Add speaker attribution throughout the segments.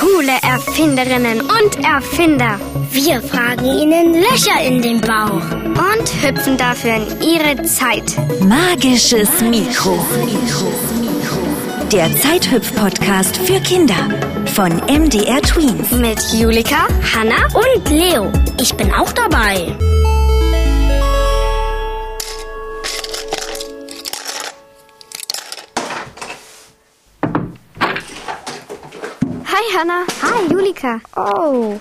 Speaker 1: coole Erfinderinnen und Erfinder.
Speaker 2: Wir fragen ihnen Löcher in den Bauch
Speaker 1: und hüpfen dafür in ihre Zeit.
Speaker 3: Magisches Mikro. Der Zeithüpf-Podcast für Kinder von MDR Tweens.
Speaker 1: Mit Julika, Hanna
Speaker 2: und Leo. Ich bin auch dabei.
Speaker 1: Hi Hanna.
Speaker 2: Hi, Julika.
Speaker 1: Oh.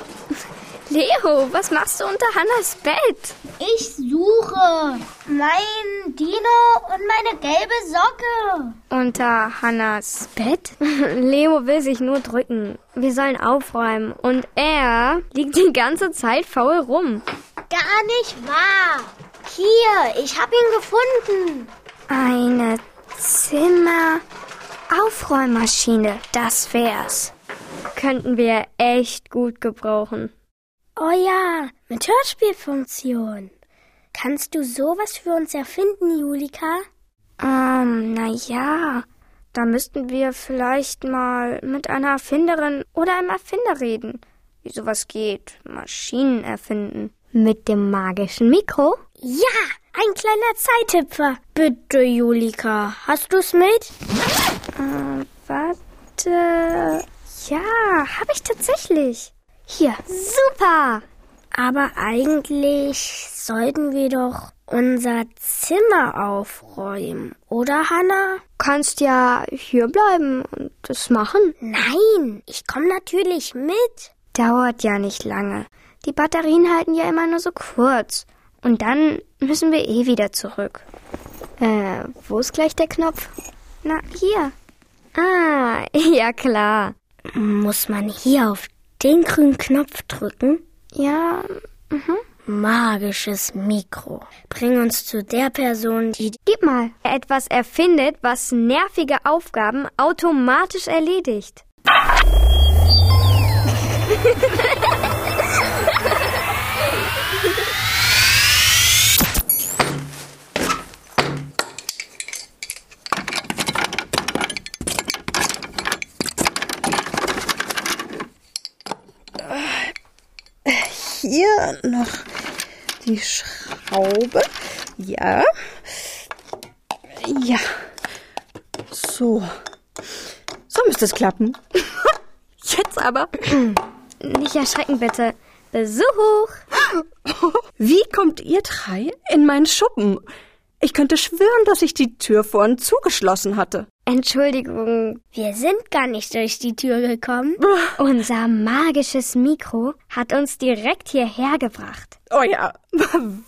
Speaker 1: Leo, was machst du unter Hannas Bett?
Speaker 4: Ich suche mein Dino und meine gelbe Socke.
Speaker 1: Unter Hannas Bett? Leo will sich nur drücken. Wir sollen aufräumen. Und er liegt die ganze Zeit faul rum.
Speaker 4: Gar nicht wahr. Hier, ich habe ihn gefunden.
Speaker 1: Eine Zimmeraufräummaschine. Das wär's. Könnten wir echt gut gebrauchen.
Speaker 2: Oh ja, mit Hörspielfunktion. Kannst du sowas für uns erfinden, Julika?
Speaker 1: Ähm, na ja, da müssten wir vielleicht mal mit einer Erfinderin oder einem Erfinder reden, wie sowas geht, Maschinen erfinden.
Speaker 5: Mit dem magischen Mikro?
Speaker 2: Ja, ein kleiner Zeithüpfer. Bitte, Julika, hast du's mit?
Speaker 1: Äh, warte. Ja, habe ich tatsächlich. Hier.
Speaker 2: Super! Aber eigentlich sollten wir doch unser Zimmer aufräumen, oder Hanna?
Speaker 1: Kannst ja hier bleiben und das machen.
Speaker 2: Nein, ich komme natürlich mit.
Speaker 1: Dauert ja nicht lange. Die Batterien halten ja immer nur so kurz. Und dann müssen wir eh wieder zurück.
Speaker 5: Äh, wo ist gleich der Knopf?
Speaker 1: Na, hier. Ah, ja klar.
Speaker 2: Muss man hier auf den grünen Knopf drücken?
Speaker 1: Ja. Mhm.
Speaker 2: Magisches Mikro. Bring uns zu der Person, die.
Speaker 1: Gib mal. Etwas erfindet, was nervige Aufgaben automatisch erledigt.
Speaker 6: hier noch die Schraube. Ja. Ja. So. So müsste es klappen.
Speaker 1: Jetzt aber. Nicht erschrecken, bitte. Besuch.
Speaker 6: Wie kommt ihr drei in meinen Schuppen? Ich könnte schwören, dass ich die Tür vorn zugeschlossen hatte.
Speaker 1: Entschuldigung,
Speaker 2: wir sind gar nicht durch die Tür gekommen.
Speaker 1: Unser magisches Mikro hat uns direkt hierher gebracht.
Speaker 6: Oh ja,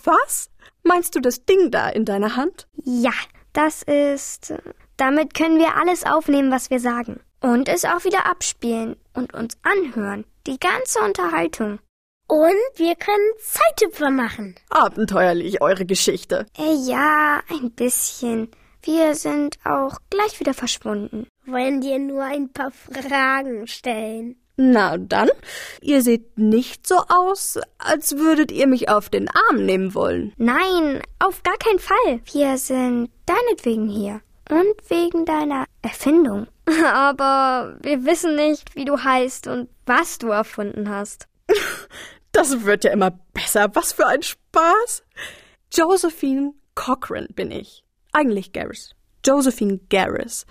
Speaker 6: was? Meinst du das Ding da in deiner Hand?
Speaker 1: Ja, das ist. Damit können wir alles aufnehmen, was wir sagen. Und es auch wieder abspielen und uns anhören. Die ganze Unterhaltung.
Speaker 2: Und wir können Zeithüpfer machen.
Speaker 6: Abenteuerlich, eure Geschichte.
Speaker 1: Äh, ja, ein bisschen. Wir sind auch gleich wieder verschwunden.
Speaker 2: Wollen dir nur ein paar Fragen stellen.
Speaker 6: Na dann, ihr seht nicht so aus, als würdet ihr mich auf den Arm nehmen wollen.
Speaker 1: Nein, auf gar keinen Fall. Wir sind deinetwegen hier. Und wegen deiner Erfindung. Aber wir wissen nicht, wie du heißt und was du erfunden hast.
Speaker 6: Das wird ja immer besser. Was für ein Spaß. Josephine Cochran bin ich. Eigentlich Garris. Josephine Garris.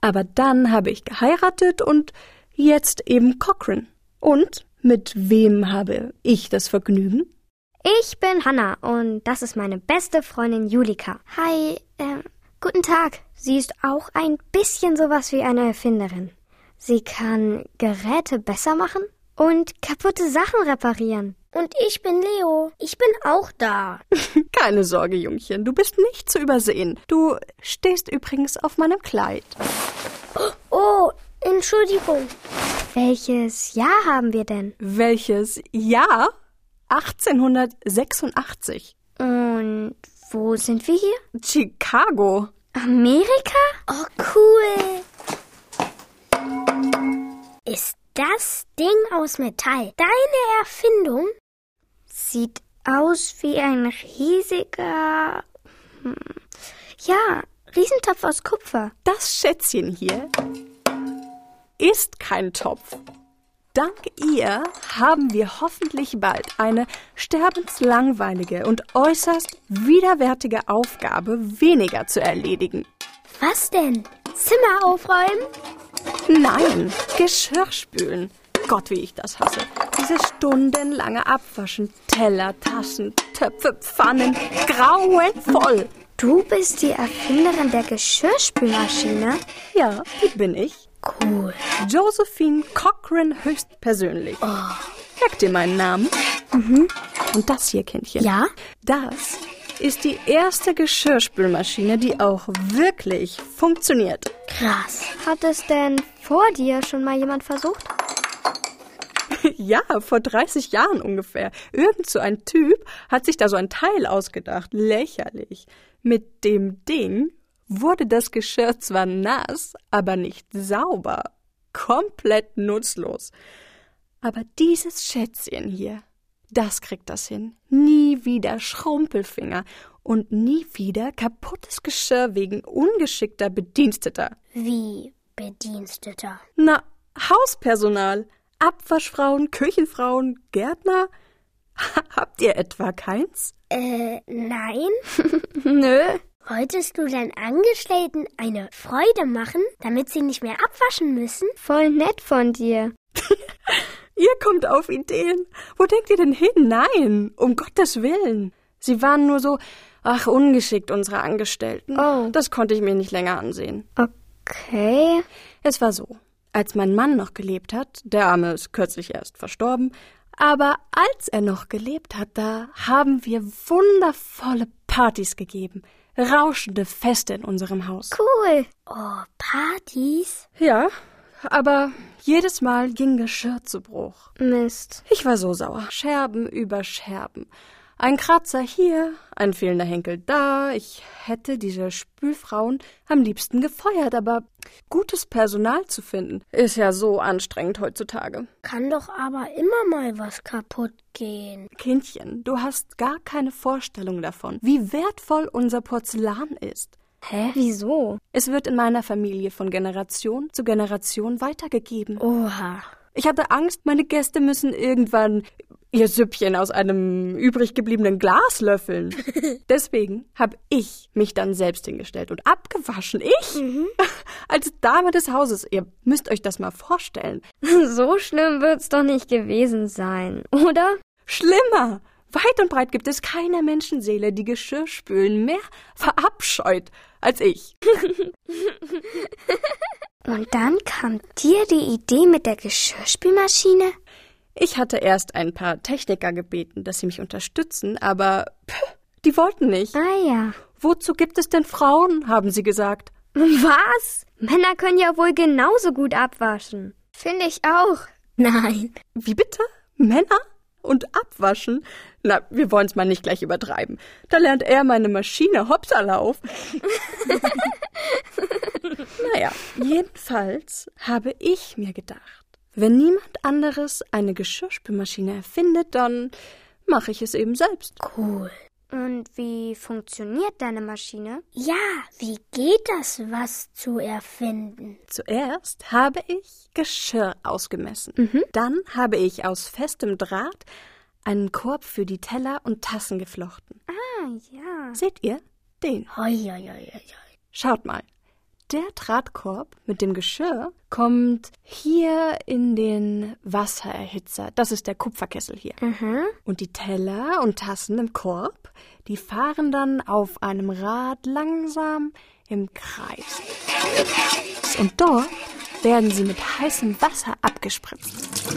Speaker 6: Aber dann habe ich geheiratet und jetzt eben Cochran. Und mit wem habe ich das Vergnügen?
Speaker 1: Ich bin Hanna und das ist meine beste Freundin Julika. Hi,
Speaker 2: ähm,
Speaker 1: äh, guten Tag. Sie ist auch ein bisschen sowas wie eine Erfinderin. Sie kann Geräte besser machen und kaputte Sachen reparieren.
Speaker 2: Und ich bin Leo. Ich bin auch da.
Speaker 6: Keine Sorge, Jungchen, du bist nicht zu übersehen. Du stehst übrigens auf meinem Kleid.
Speaker 2: Oh, Entschuldigung.
Speaker 1: Welches Jahr haben wir denn?
Speaker 6: Welches Jahr? 1886.
Speaker 1: Und wo sind wir hier?
Speaker 6: Chicago.
Speaker 1: Amerika?
Speaker 2: Oh, cool. Ist das Ding aus Metall deine Erfindung?
Speaker 1: Sieht aus wie ein riesiger. hm, Ja, Riesentopf aus Kupfer.
Speaker 6: Das Schätzchen hier ist kein Topf. Dank ihr haben wir hoffentlich bald eine sterbenslangweilige und äußerst widerwärtige Aufgabe weniger zu erledigen.
Speaker 2: Was denn? Zimmer aufräumen?
Speaker 6: Nein, Geschirr spülen. Gott, wie ich das hasse. Diese stundenlange Abwaschen. Teller, Taschen, Töpfe, Pfannen. Grauenvoll.
Speaker 1: Du bist die Erfinderin der Geschirrspülmaschine?
Speaker 6: Ja, die bin ich.
Speaker 2: Cool. Oh.
Speaker 6: Josephine Cochran höchstpersönlich. Merk dir meinen Namen. Und das hier, Kindchen.
Speaker 2: Mhm. Ja?
Speaker 6: Das ist die erste Geschirrspülmaschine, die auch wirklich funktioniert.
Speaker 2: Krass.
Speaker 1: Hat es denn vor dir schon mal jemand versucht?
Speaker 6: Ja, vor 30 Jahren ungefähr. Irgend so ein Typ hat sich da so ein Teil ausgedacht. Lächerlich. Mit dem Ding wurde das Geschirr zwar nass, aber nicht sauber. Komplett nutzlos. Aber dieses Schätzchen hier, das kriegt das hin. Nie wieder Schrumpelfinger und nie wieder kaputtes Geschirr wegen ungeschickter Bediensteter.
Speaker 2: Wie Bediensteter.
Speaker 6: Na, Hauspersonal, Abwaschfrauen, Küchenfrauen, Gärtner? Habt ihr etwa keins?
Speaker 2: Äh, Nein?
Speaker 1: Nö.
Speaker 2: Wolltest du deinen Angestellten eine Freude machen, damit sie nicht mehr abwaschen müssen?
Speaker 1: Voll nett von dir.
Speaker 6: Ihr kommt auf Ideen. Wo denkt ihr denn hin? Nein, um Gottes Willen. Sie waren nur so, ach, ungeschickt, unsere Angestellten.
Speaker 1: Oh.
Speaker 6: Das konnte ich mir nicht länger ansehen.
Speaker 1: Okay.
Speaker 6: Es war so, als mein Mann noch gelebt hat, der Arme ist kürzlich erst verstorben, aber als er noch gelebt hat, da haben wir wundervolle Partys gegeben, rauschende Feste in unserem Haus.
Speaker 1: Cool.
Speaker 2: Oh, Partys?
Speaker 6: Ja, aber jedes Mal ging Geschirr zu Bruch.
Speaker 1: Mist.
Speaker 6: Ich war so sauer. Scherben über Scherben. Ein Kratzer hier, ein fehlender Henkel da. Ich hätte diese Spülfrauen am liebsten gefeuert, aber gutes Personal zu finden, ist ja so anstrengend heutzutage.
Speaker 2: Kann doch aber immer mal was kaputt gehen.
Speaker 6: Kindchen, du hast gar keine Vorstellung davon, wie wertvoll unser Porzellan ist.
Speaker 1: Hä? Wieso?
Speaker 6: Es wird in meiner Familie von Generation zu Generation weitergegeben.
Speaker 2: Oha.
Speaker 6: Ich hatte Angst, meine Gäste müssen irgendwann ihr Süppchen aus einem übrig gebliebenen Glas löffeln. Deswegen habe ich mich dann selbst hingestellt und abgewaschen. Ich? Als Dame des Hauses. Ihr müsst euch das mal vorstellen.
Speaker 1: So schlimm wird's doch nicht gewesen sein, oder?
Speaker 6: Schlimmer! Weit und breit gibt es keine Menschenseele, die Geschirrspülen mehr verabscheut als ich.
Speaker 1: Und dann kam dir die Idee mit der Geschirrspülmaschine?
Speaker 6: Ich hatte erst ein paar Techniker gebeten, dass sie mich unterstützen, aber pff, die wollten nicht.
Speaker 1: Ah ja.
Speaker 6: Wozu gibt es denn Frauen, haben sie gesagt.
Speaker 1: Was? Männer können ja wohl genauso gut abwaschen. Finde ich auch.
Speaker 2: Nein.
Speaker 6: Wie bitte? Männer? Und abwaschen? Na, wir wollen's mal nicht gleich übertreiben. Da lernt er meine Maschine hoppsala auf. naja, jedenfalls habe ich mir gedacht, wenn niemand anderes eine Geschirrspülmaschine erfindet, dann mache ich es eben selbst.
Speaker 2: Cool.
Speaker 1: Und wie funktioniert deine Maschine?
Speaker 2: Ja, wie geht das, was zu erfinden?
Speaker 6: Zuerst habe ich Geschirr ausgemessen.
Speaker 1: Mhm.
Speaker 6: Dann habe ich aus festem Draht einen Korb für die Teller und Tassen geflochten.
Speaker 1: Ah ja.
Speaker 6: Seht ihr? Den.
Speaker 2: Hoi, hoi, hoi, hoi, hoi.
Speaker 6: Schaut mal. Der Drahtkorb mit dem Geschirr kommt hier in den Wassererhitzer. Das ist der Kupferkessel hier.
Speaker 1: Mhm.
Speaker 6: Und die Teller und Tassen im Korb, die fahren dann auf einem Rad langsam im Kreis. Und dort werden sie mit heißem Wasser abgespritzt.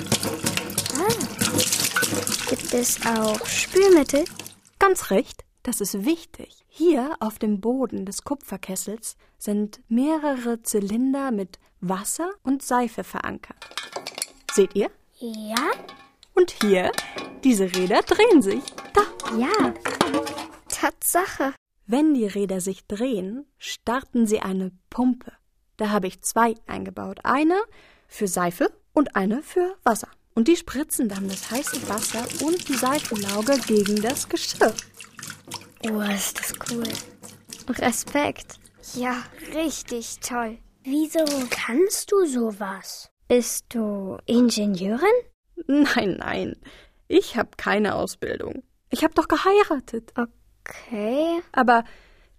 Speaker 1: Gibt es auch Spülmittel?
Speaker 6: Ganz recht, das ist wichtig. Hier auf dem Boden des Kupferkessels sind mehrere Zylinder mit Wasser und Seife verankert. Seht ihr?
Speaker 2: Ja?
Speaker 6: Und hier, diese Räder drehen sich. Da.
Speaker 1: Ja. Tatsache.
Speaker 6: Wenn die Räder sich drehen, starten sie eine Pumpe. Da habe ich zwei eingebaut. Eine für Seife und eine für Wasser. Und die spritzen dann das heiße Wasser und die Seifenlauge gegen das Geschirr.
Speaker 2: Oh, ist das cool.
Speaker 1: Respekt. Ja, richtig toll.
Speaker 2: Wieso kannst du sowas?
Speaker 1: Bist du Ingenieurin?
Speaker 6: Nein, nein. Ich habe keine Ausbildung. Ich habe doch geheiratet.
Speaker 1: Okay.
Speaker 6: Aber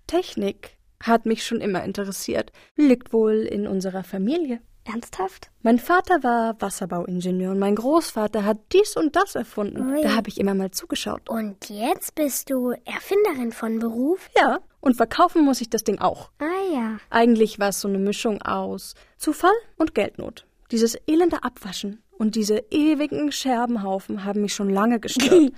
Speaker 6: Technik hat mich schon immer interessiert. Liegt wohl in unserer Familie.
Speaker 1: Ernsthaft?
Speaker 6: Mein Vater war Wasserbauingenieur und mein Großvater hat dies und das erfunden. Da habe ich immer mal zugeschaut.
Speaker 2: Und jetzt bist du Erfinderin von Beruf?
Speaker 6: Ja, und verkaufen muss ich das Ding auch.
Speaker 1: Ah ja.
Speaker 6: Eigentlich war es so eine Mischung aus Zufall und Geldnot. Dieses elende Abwaschen und diese ewigen Scherbenhaufen haben mich schon lange gestört.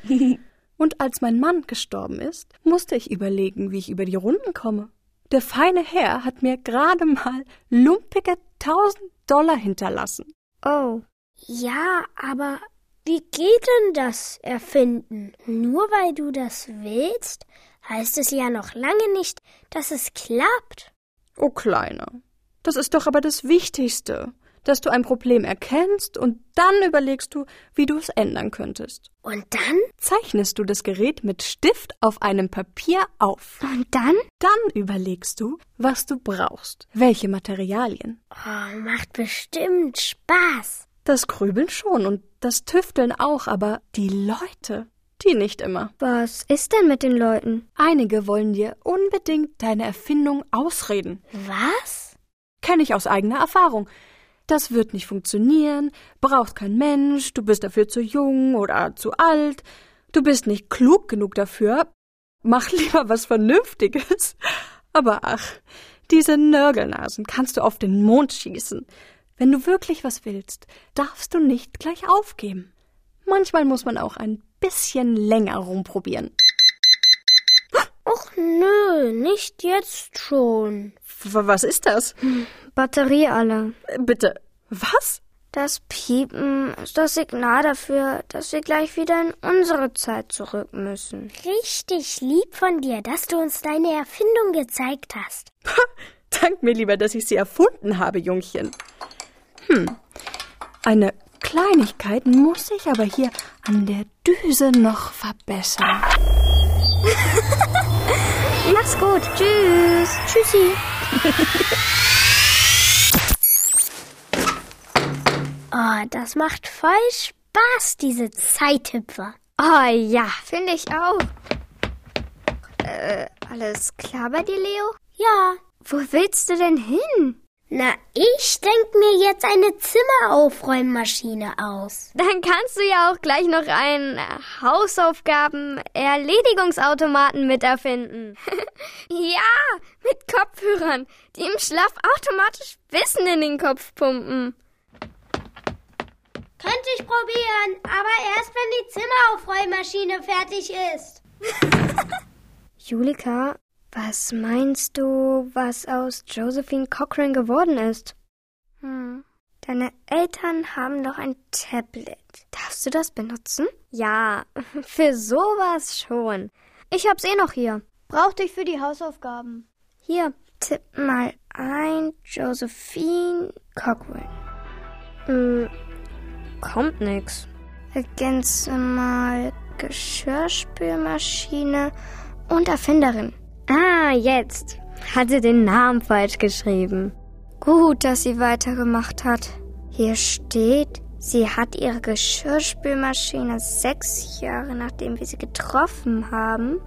Speaker 6: und als mein Mann gestorben ist, musste ich überlegen, wie ich über die Runden komme. Der feine Herr hat mir gerade mal lumpige 1000 Dollar hinterlassen.
Speaker 1: Oh.
Speaker 2: Ja, aber wie geht denn das Erfinden? Nur weil du das willst, heißt es ja noch lange nicht, dass es klappt.
Speaker 6: Oh Kleiner, das ist doch aber das Wichtigste, dass du ein Problem erkennst und dann überlegst du, wie du es ändern könntest.
Speaker 2: Und dann?
Speaker 6: Zeichnest du das Gerät mit Stift auf einem Papier auf.
Speaker 1: Und dann?
Speaker 6: Dann überlegst du, was du brauchst, welche Materialien.
Speaker 2: Oh, macht bestimmt Spaß.
Speaker 6: Das Grübeln schon und das Tüfteln auch, aber die Leute, die nicht immer.
Speaker 1: Was ist denn mit den Leuten?
Speaker 6: Einige wollen dir unbedingt deine Erfindung ausreden.
Speaker 2: Was?
Speaker 6: Kenne ich aus eigener Erfahrung. Das wird nicht funktionieren, braucht kein Mensch, du bist dafür zu jung oder zu alt, du bist nicht klug genug dafür, mach lieber was Vernünftiges. Aber ach, diese Nörgelnasen kannst du auf den Mond schießen. Wenn du wirklich was willst, darfst du nicht gleich aufgeben. Manchmal muss man auch ein bisschen länger rumprobieren.
Speaker 2: Och nö, nicht jetzt schon.
Speaker 6: W- Was ist das?
Speaker 1: Batterie alle.
Speaker 6: Äh, Bitte. Was?
Speaker 1: Das Piepen ist das Signal dafür, dass wir gleich wieder in unsere Zeit zurück müssen.
Speaker 2: Richtig lieb von dir, dass du uns deine Erfindung gezeigt hast.
Speaker 6: Dank mir lieber, dass ich sie erfunden habe, Jungchen. Hm. Eine Kleinigkeit muss ich aber hier an der Düse noch verbessern.
Speaker 1: Mach's gut. Tschüss. Tschüssi.
Speaker 2: Oh, das macht voll Spaß, diese Zeithüpfer.
Speaker 1: Oh ja, finde ich auch. Äh, alles klar bei dir, Leo?
Speaker 2: Ja,
Speaker 1: Wo willst du denn hin?
Speaker 2: na, ich denk mir jetzt eine Zimmeraufräummaschine aus.
Speaker 1: Dann kannst du ja auch gleich noch einen Hausaufgaben-Erledigungsautomaten miterfinden. ja, mit Kopfhörern, die im Schlaf automatisch Wissen in den Kopf pumpen.
Speaker 4: Könnte ich probieren, aber erst wenn die Zimmeraufräummaschine fertig ist.
Speaker 1: Julika, was meinst du, was aus Josephine Cochran geworden ist? Hm. Deine Eltern haben doch ein Tablet. Darfst du das benutzen? Ja, für sowas schon. Ich hab's eh noch hier. Brauchte ich für die Hausaufgaben. Hier, tipp mal ein Josephine Cochran. Hm, kommt nix. Ergänze mal Geschirrspülmaschine und Erfinderin. Ah, jetzt. Hat sie den Namen falsch geschrieben. Gut, dass sie weitergemacht hat. Hier steht, sie hat ihre Geschirrspülmaschine sechs Jahre nachdem wir sie getroffen haben,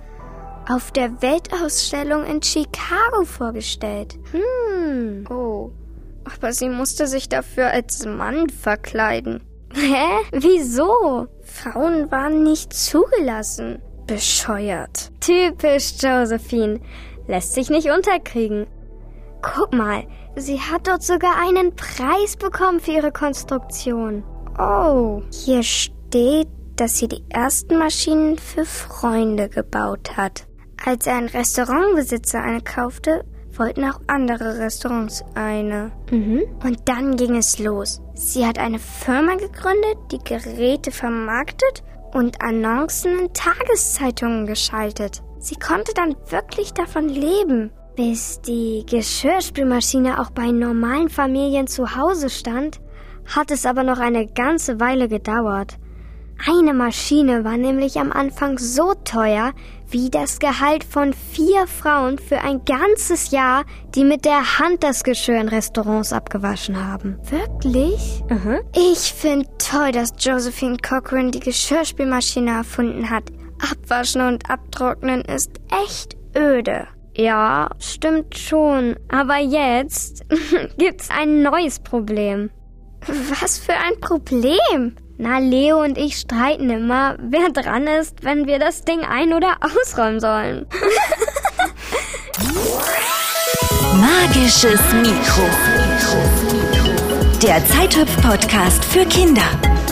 Speaker 1: auf der Weltausstellung in Chicago vorgestellt. Hm. Oh. Aber sie musste sich dafür als Mann verkleiden. Hä? Wieso? Frauen waren nicht zugelassen. Bescheuert. Typisch Josephine. Lässt sich nicht unterkriegen. Guck mal, sie hat dort sogar einen Preis bekommen für ihre Konstruktion. Oh, hier steht, dass sie die ersten Maschinen für Freunde gebaut hat. Als ein Restaurantbesitzer eine kaufte, wollten auch andere Restaurants eine. Und dann ging es los. Sie hat eine Firma gegründet, die Geräte vermarktet und Annoncen in Tageszeitungen geschaltet. Sie konnte dann wirklich davon leben. Bis die Geschirrspülmaschine auch bei normalen Familien zu Hause stand, hat es aber noch eine ganze Weile gedauert. Eine Maschine war nämlich am Anfang so teuer Wie das Gehalt von vier Frauen für ein ganzes Jahr, die mit der Hand das Geschirr in Restaurants abgewaschen haben. Mhm.
Speaker 5: Wirklich?
Speaker 1: Ich finde toll, dass Josephine Cochran die Geschirrspülmaschine erfunden hat. Abwaschen und abtrocknen ist echt öde. Ja, stimmt schon. Aber jetzt gibt's ein neues Problem. Was für ein Problem? Na, Leo und ich streiten immer, wer dran ist, wenn wir das Ding ein- oder ausräumen sollen.
Speaker 3: Magisches Mikro. Der Zeithüpf-Podcast für Kinder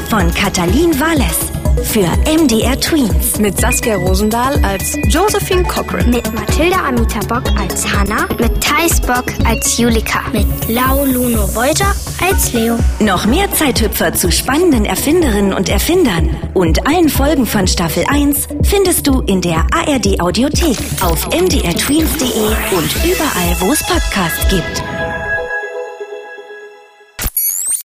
Speaker 3: von Katalin Walles für MDR Tweens.
Speaker 6: Mit Saskia Rosendahl als Josephine Cochran.
Speaker 1: Mit Mathilda Amita Bock als Hannah, mit Thais Bock als Julika.
Speaker 2: Mit Lau Luno Wolter als Leo.
Speaker 3: Noch mehr Zeithüpfer zu spannenden Erfinderinnen und Erfindern und allen Folgen von Staffel 1 findest du in der E ARD Audiothek auf mdrtweens.de und überall, wo es Podcasts gibt.